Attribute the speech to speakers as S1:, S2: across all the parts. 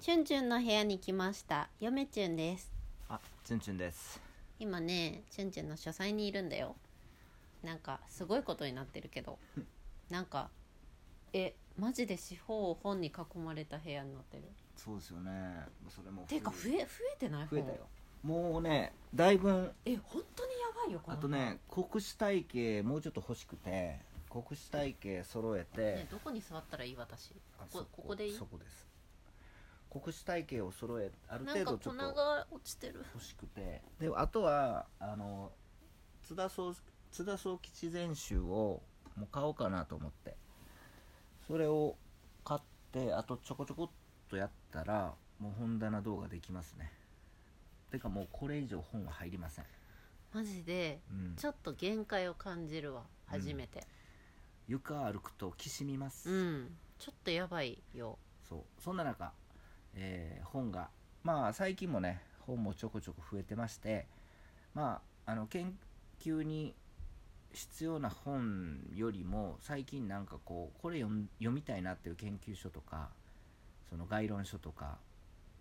S1: チュンチュンの部屋に来ました嫁チュンです
S2: あ、チュンチュンです。
S1: 今ねチュンチュンの書斎にいるんだよなんかすごいことになってるけどなんかえマジで四方を本に囲まれた部屋になってる
S2: そうですよね。それも。
S1: てか増え増えてない
S2: 増
S1: 本
S2: えたよ。もうね、だいぶん、
S1: え本当にやばいよこ
S2: あ
S1: の
S2: とね、国史体系もうちょっと欲しくて。国史体系揃え
S1: ね
S2: て。
S1: どこに座ったらいい私
S2: あ
S1: こ
S2: そ
S1: こここでいい
S2: そこです。国史体系を揃え、ある
S1: なん
S2: 程
S1: か
S2: 度ちょ
S1: 粉
S2: っと
S1: が落ちてる
S2: 欲しくて。で、あとは、あの。津田総、津田総吉全集を、もう買おうかなと思って。それを買ってあとちょこちょこっとやったらもう本棚動画できますねてかもうこれ以上本は入りません、
S1: マジで
S2: うん
S1: ち、ょっと限界を感じるわ初めて
S2: 床歩くときしみます、
S1: うん、ちょっとやばいよ
S2: そうそんな中、えー本がまあ最近もね本もちょこちょこ増えてましてまああの研究に必要な本よりも最近なんかこうこれ読ん読みたいなっていう研究書とかその概論書とか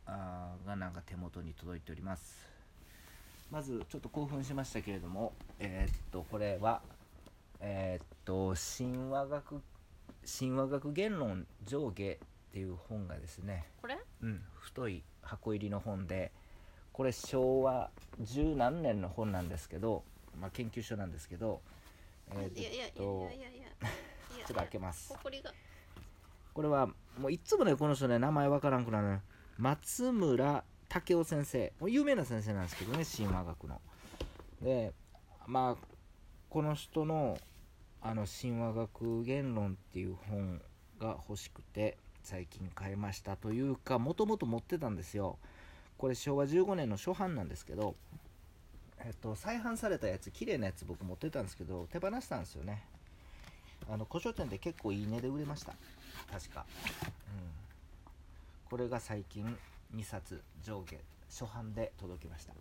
S2: あーがなんか手元に届いておりますまずちょっと興奮しましたけれどもえーっとこれはえーっと神話学神話学言論上下っていう本がですね、
S1: これ
S2: うん、太い箱入りの本でこれ昭和十何年の本なんですけど、まあ、研究所なんですけど、え
S1: いやいや
S2: ー
S1: い
S2: っ
S1: や
S2: と
S1: いやいやいや
S2: ちょっと開けます
S1: ほこりが
S2: これはもういっつもねこの人ね名前わからんくなるのよ松村武雄先生もう有名な先生なんですけどね神話学のでまあこの人のあの神話学言論っていう本が欲しくて最近買いましたというかもともと持ってたんですよこれ昭和15年の初版なんですけどえっと再版されたやつ綺麗なやつ僕持ってたんですけど手放したんですよねあの古書店で結構いい値で売れました確か、うん、これが最近2冊上下初版で届きました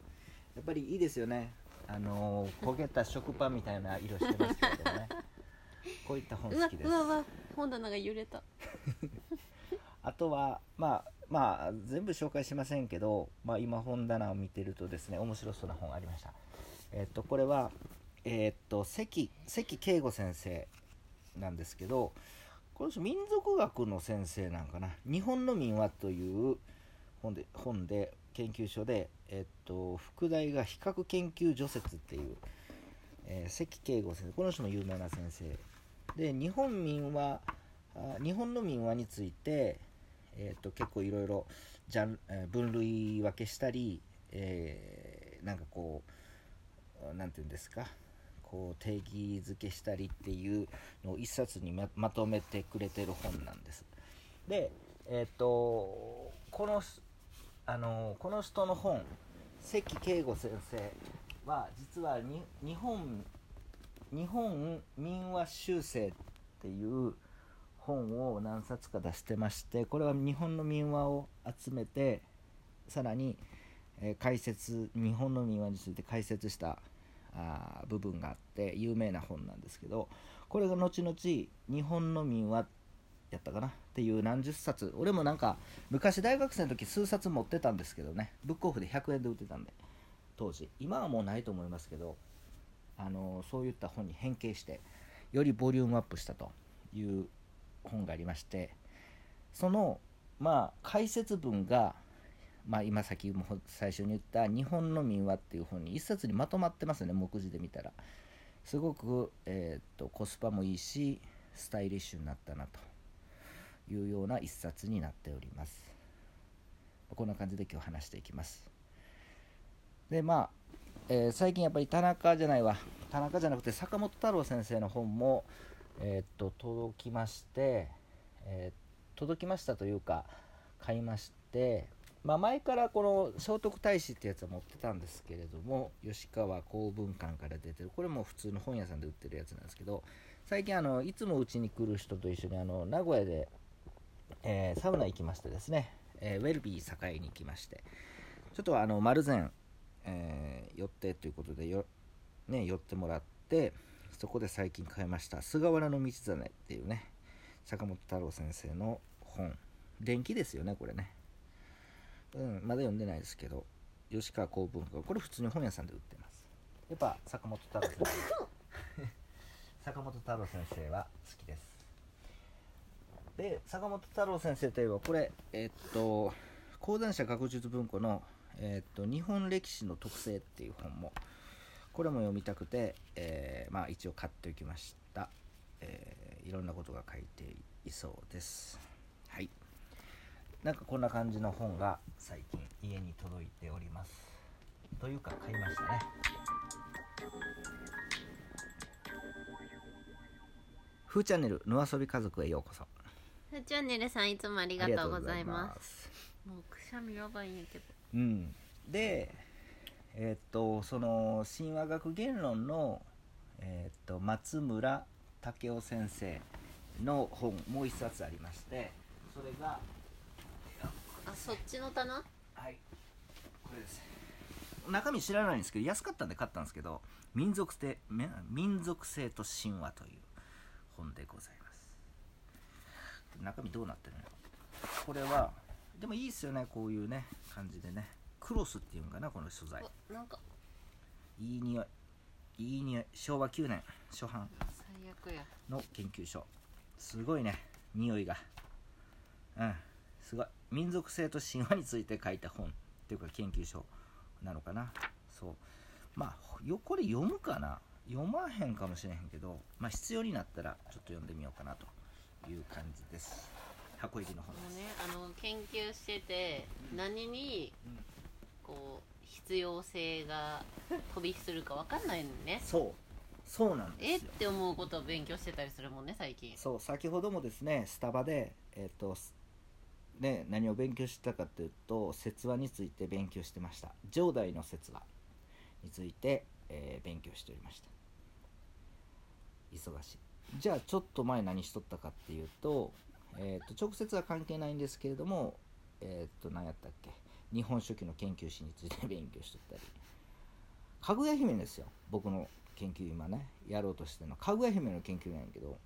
S2: やっぱりいいですよねあのー焦げた食パンみたいな色してますけれどもねこういった本
S1: うわ
S2: 好きです
S1: うわうわ本棚が揺れた
S2: あとはまあまあ全部紹介しませんけど、まあ、今本棚を見てるとですね面白そうな本ありましたえっとこれはえっと関関慶吾先生なんですけどこの人民族学の先生なんかな「日本の民話」という本で本で研究所で、えっと副題が「比較研究除説」っていう、えー関慶吾先生この人も有名な先生で日本民話あ日本の民話について、えー、と結構いろいろジャン、えー分類分けしたり、えーなんかこうなんていうんですかこう定義づけしたりっていうのを一冊にままとめてくれてる本なんです。で、えー、とこのすあのこの人の本関慶吾先生は実はに日本日本民話修正っていう本を何冊か出してましてこれは日本の民話を集めてさらに、えー解説日本の民話について解説したあー部分があって有名な本なんですけどこれが後々「日本の民話」やったかなっていう何十冊俺もなんか昔大学生の時数冊持ってたんですけどねブックオフで100円で売ってたんで当時今はもうないと思いますけどあのーそういった本に変形してよりボリュームアップしたという本がありましてそのまあ解説文が、まあ、今さっきも最初に言った「日本の民話」っていう本に一冊にまとまってますね目次で見たらすごく、えーっとコスパもいいしスタイリッシュになったなというような一冊になっておりますこんな感じで今日話していきますでまあ、えー最近やっぱり田中じゃないわ田中じゃなくて坂本太郎先生の本もえーっと届きまして、えー届きましたというか買いまして、まあ、前からこの「聖徳太子」ってやつは持ってたんですけれども吉川公文館から出てるこれも普通の本屋さんで売ってるやつなんですけど最近あのいつもうちに来る人と一緒にあの名古屋で、えーサウナ行きましてですね、えーウェルビー栄に行きましてちょっとあの丸善、えー寄ってということでよ、ね、寄ってもらってそこで最近買いました「菅原道真」っていうね坂本太郎先生の本電気ですよねこれねうん、まだ読んでないですけど吉川公文庫これ普通に本屋さんで売ってますやっぱ坂本太郎先生 坂本太郎先生は好きですで坂本太郎先生といえばこれえっと講談社学術文庫の、えっと「日本歴史の特性」っていう本もこれも読みたくて、えーまあ一応買っておきました、えーいろんなことが書いていそうですはいなんかこんな感じの本が最近家に届いておりますというか買いましたね「ふーチャンネルの遊び家族」へようこそ
S1: ふーチャンネルさんいつもありがとうございます
S2: す
S1: もうくしゃみやばいんやけど
S2: うん、でえーっとその神話学言論の、えーっと松村武雄先生の本もう一冊ありましてそれが
S1: あそっちの棚
S2: はいこれです中身知らないんですけど安かったんで買ったんですけど「民族性め民族性と神話」という本でございます中身どうなってるのよこれはでもいいですよねこういうね感じでねクロスっていうんかなこの素材
S1: おなんか
S2: いい匂いいい匂い昭和9年初版
S1: 最悪や
S2: の研究所すごいね匂いがうんすごい民族性と神話について書いた本っていうか研究所なのかなそうまあよこれ読むかな読まへんかもしれへんけどまあ必要になったらちょっと読んでみようかなという感じです箱入りの
S1: も
S2: 本で
S1: う
S2: す、
S1: ねあの研究してて何に
S2: うん
S1: こう必要性が飛び火するかわかんないのね
S2: そうそうなん
S1: え
S2: で
S1: っ
S2: すよ
S1: て思うことを勉強してたりするもんね最近
S2: そう先ほどもですねスタバで、えっとすね、何を勉強してたかというと説話について勉強してました上代の説話について、えー勉強しておりました忙しいじゃあちょっと前何しとったかっていうと,、えっと直接は関係ないんですけれども、えっと何やったっけ日本書紀の研究史について勉強しとったりかぐや姫ですよ僕の研究今ねやろうとしてるのかぐや姫の研究なんやけど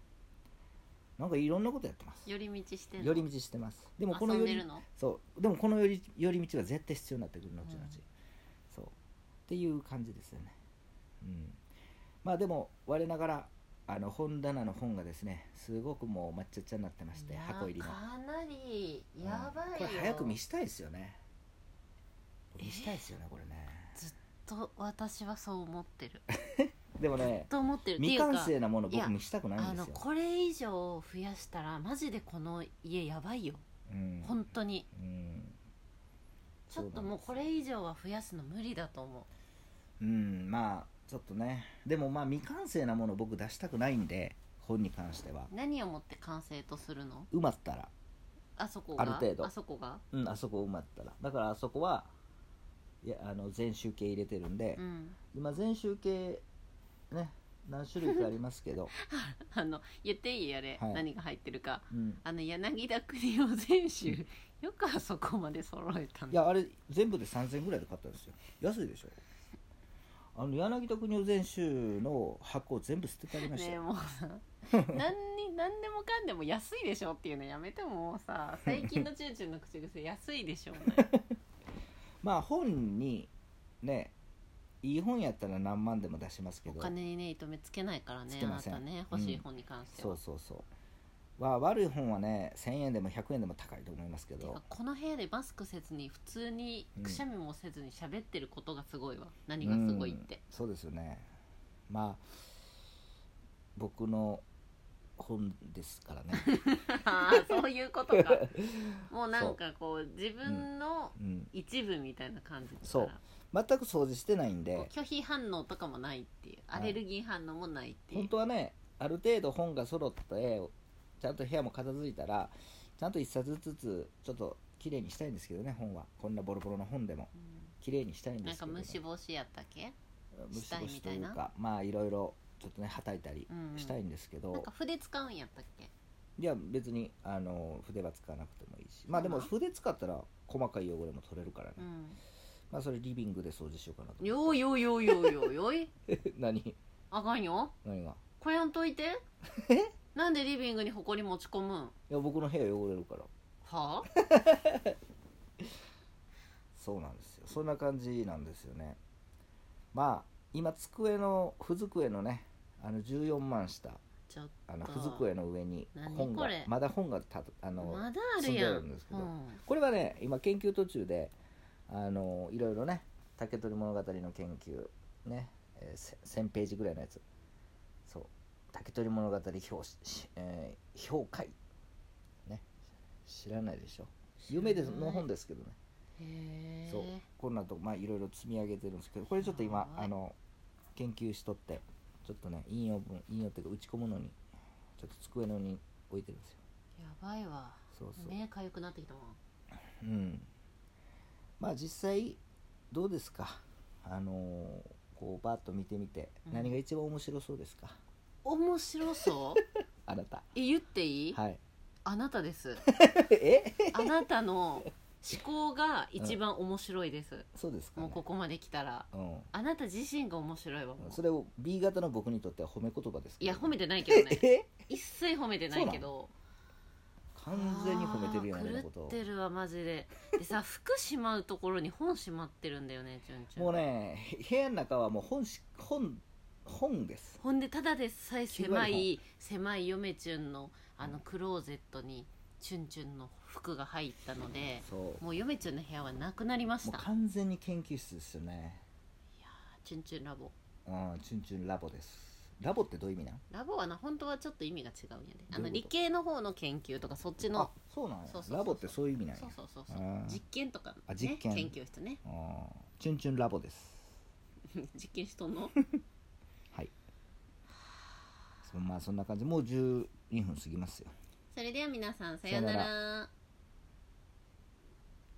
S2: なんかいろんなことやってます
S1: 寄り道してんの
S2: 寄り道してますでもこの
S1: 遊
S2: 寄
S1: んで
S2: り
S1: るの
S2: そうでもこの寄り寄り道は絶対必要になってくる後々、
S1: うん
S2: そうっていう感じですよねうんまあでも我ながらあの本棚の本がですねすごくもう抹茶茶になってまして
S1: いや
S2: 箱入りの
S1: かなりやばいよ、
S2: うんこれ早く見したいですよねこれ見したいですよねこれね
S1: と私はそう思ってる
S2: でもね
S1: と思ってるってい
S2: 未
S1: うか
S2: 完成なもの
S1: いや
S2: 僕見したくない
S1: あ
S2: んで
S1: の
S2: すよ、
S1: これ以上増やしたらマジでこの家やばいよ
S2: うん
S1: 本当に
S2: うん
S1: ちょっともうこれ以上は増やすの無理だと思
S2: うんまあちょっとねでもまあ未完成なもの僕出したくないんで本に関しては
S1: う何をもって完成とするの
S2: 埋まったら
S1: あそこが
S2: ある程度
S1: そこが
S2: うんあそこ埋まったらだからあそこはいやあの全集計入れてるんで、
S1: うん
S2: 今全集計ね何種類かありますけ ど、
S1: あの言っていいあれ、
S2: はい
S1: 何が入ってるか
S2: うん、
S1: あの柳田国を全集よくあそこまで揃えた
S2: い
S1: の
S2: やあれ全部で3000ぐらいで買ったんですよ安いでしょあの柳田国夫全集の箱を全部捨ててありました
S1: ねえ
S2: よ、
S1: もう さ何に何でもかんでも安いでしょっていうのやめてももうさ最近のチューチューの口癖安いでしょ、ね、
S2: まあ本にねいい本やったら何万でも出しますけ
S1: お
S2: ど
S1: 金にね糸目つけないからね
S2: つ
S1: あ
S2: け
S1: な
S2: ません
S1: たね欲しい本に関して
S2: そ
S1: は、
S2: うそうそう、まあ、悪い本はね1000円でも100円でも高いと思いますけ
S1: て
S2: ど
S1: かこの部屋でマスクせずに普通に
S2: うん
S1: くしゃみもせずに喋ってることがすごいわ、何がすごいって
S2: うん、そうですよねまあ僕の本ですからね、
S1: ああそういうことかもうなんかこう自分の
S2: うん、
S1: 一部みたいな感じだから
S2: そう全く掃除してないん
S1: こ
S2: で
S1: う拒否反応とかもないっていう
S2: は
S1: ア
S2: い
S1: レルギー反応もないっていう、
S2: 本当はねある程度本が揃ってちゃんと部屋も片付いたらちゃんと1冊ずつちょっと綺麗にしたいんですけどね本はこんなボロボロの本でも綺麗にしたいん
S1: うん
S2: で
S1: なん
S2: すけ
S1: か
S2: ど、ね、
S1: 虫干しやったっけ、
S2: 虫
S1: したい
S2: 干
S1: み
S2: しと
S1: たい
S2: い
S1: な
S2: うかまあいろいろちょっとねはたいたり
S1: うんうん
S2: したいんですけど、
S1: なんか筆使うんやったっけ
S2: いや別にあの筆は使わなくてもいいしまあでも
S1: そ
S2: 筆使ったら細かい汚れも取れるからね、
S1: うん
S2: まあそれリビングで掃除しようかなと
S1: よいよいよいよいよいよい
S2: 何
S1: あかんよ
S2: 何が
S1: これやんといてなんでリビングに埃持ち込むん
S2: いや僕の部屋汚れるから
S1: はあ
S2: そうなんですよそんな感じなんですよねまあ今机の不机のねあの14万した
S1: ちょっ
S2: あの
S1: あー
S2: 不机の上に
S1: 何
S2: 本が
S1: これ
S2: まだ本がたあ
S1: と
S2: の、
S1: まだあるや
S2: 住んでるん
S1: ん
S2: ですけど
S1: 本
S2: これはね今研究途中であのいろいろね「竹取物語」の研究ね、えーせ1000ページぐらいのやつそう「竹取物語表紙、しえー評価会」ね知らないでしょ有名ですの本ですけどね
S1: へ
S2: そう
S1: え
S2: こんなとこまあいろいろ積み上げてるんですけどこれちょっと今
S1: はい
S2: あの研究しとってちょっとね引用文引用っていうか打ち込むのにちょっと机の上に置いてるんですよ
S1: やばいわ
S2: そうそう
S1: 目かゆくなってきたもん
S2: うん、まあ実際どうですかあのーこうバーッと見てみて、
S1: うん
S2: 何が一番面白そうですか
S1: 面白そう
S2: あなた
S1: え言っていい、
S2: はい
S1: あなたです
S2: え
S1: あなたの思考が一番面白いです、
S2: そうですか、ね、
S1: もうここまで来たら
S2: う
S1: あなた自身が面白いわも
S2: ん、
S1: う
S2: それを B 型の僕にとっては褒め言葉です
S1: いや褒めてないけ
S2: て
S1: どね
S2: え
S1: 一切褒めてないけど
S2: 完全に褒めてるよ
S1: あ
S2: う
S1: ー
S2: なこと
S1: 狂っ
S2: を
S1: てるわマジでで さ服しまうところに本しまってるんだよねちゅんちゅん
S2: もうね部屋の中はもう本し本本です
S1: ほんでただでさえ狭
S2: 黄色
S1: い狭い嫁ちゅんのあのクローゼットにちゅんちゅんの服が入ったので
S2: そうも
S1: もう嫁ちゅんの部屋はなくなりまし
S2: う
S1: た
S2: 完全に研究室ですよね
S1: ちゅんちゅんラボ
S2: うんチュンチュンラボですラボってどういう意味なん
S1: ラボはな本当はちょっと意味が違うんやであ
S2: ど
S1: の
S2: ういうこと
S1: 理系の方の研究とかそっち
S2: あ
S1: の
S2: そうなんや
S1: そうそうそうそう
S2: ラボってそういう意味なんや
S1: そうそうそうそう
S2: あー
S1: 実験とか、ね、
S2: あ実験
S1: 研究室ね
S2: あーチュンチュンラボです
S1: 実験しとん の
S2: そまあそんな感じもう12分過ぎますよ
S1: それでは皆さんさよう
S2: さ
S1: な
S2: よう
S1: ら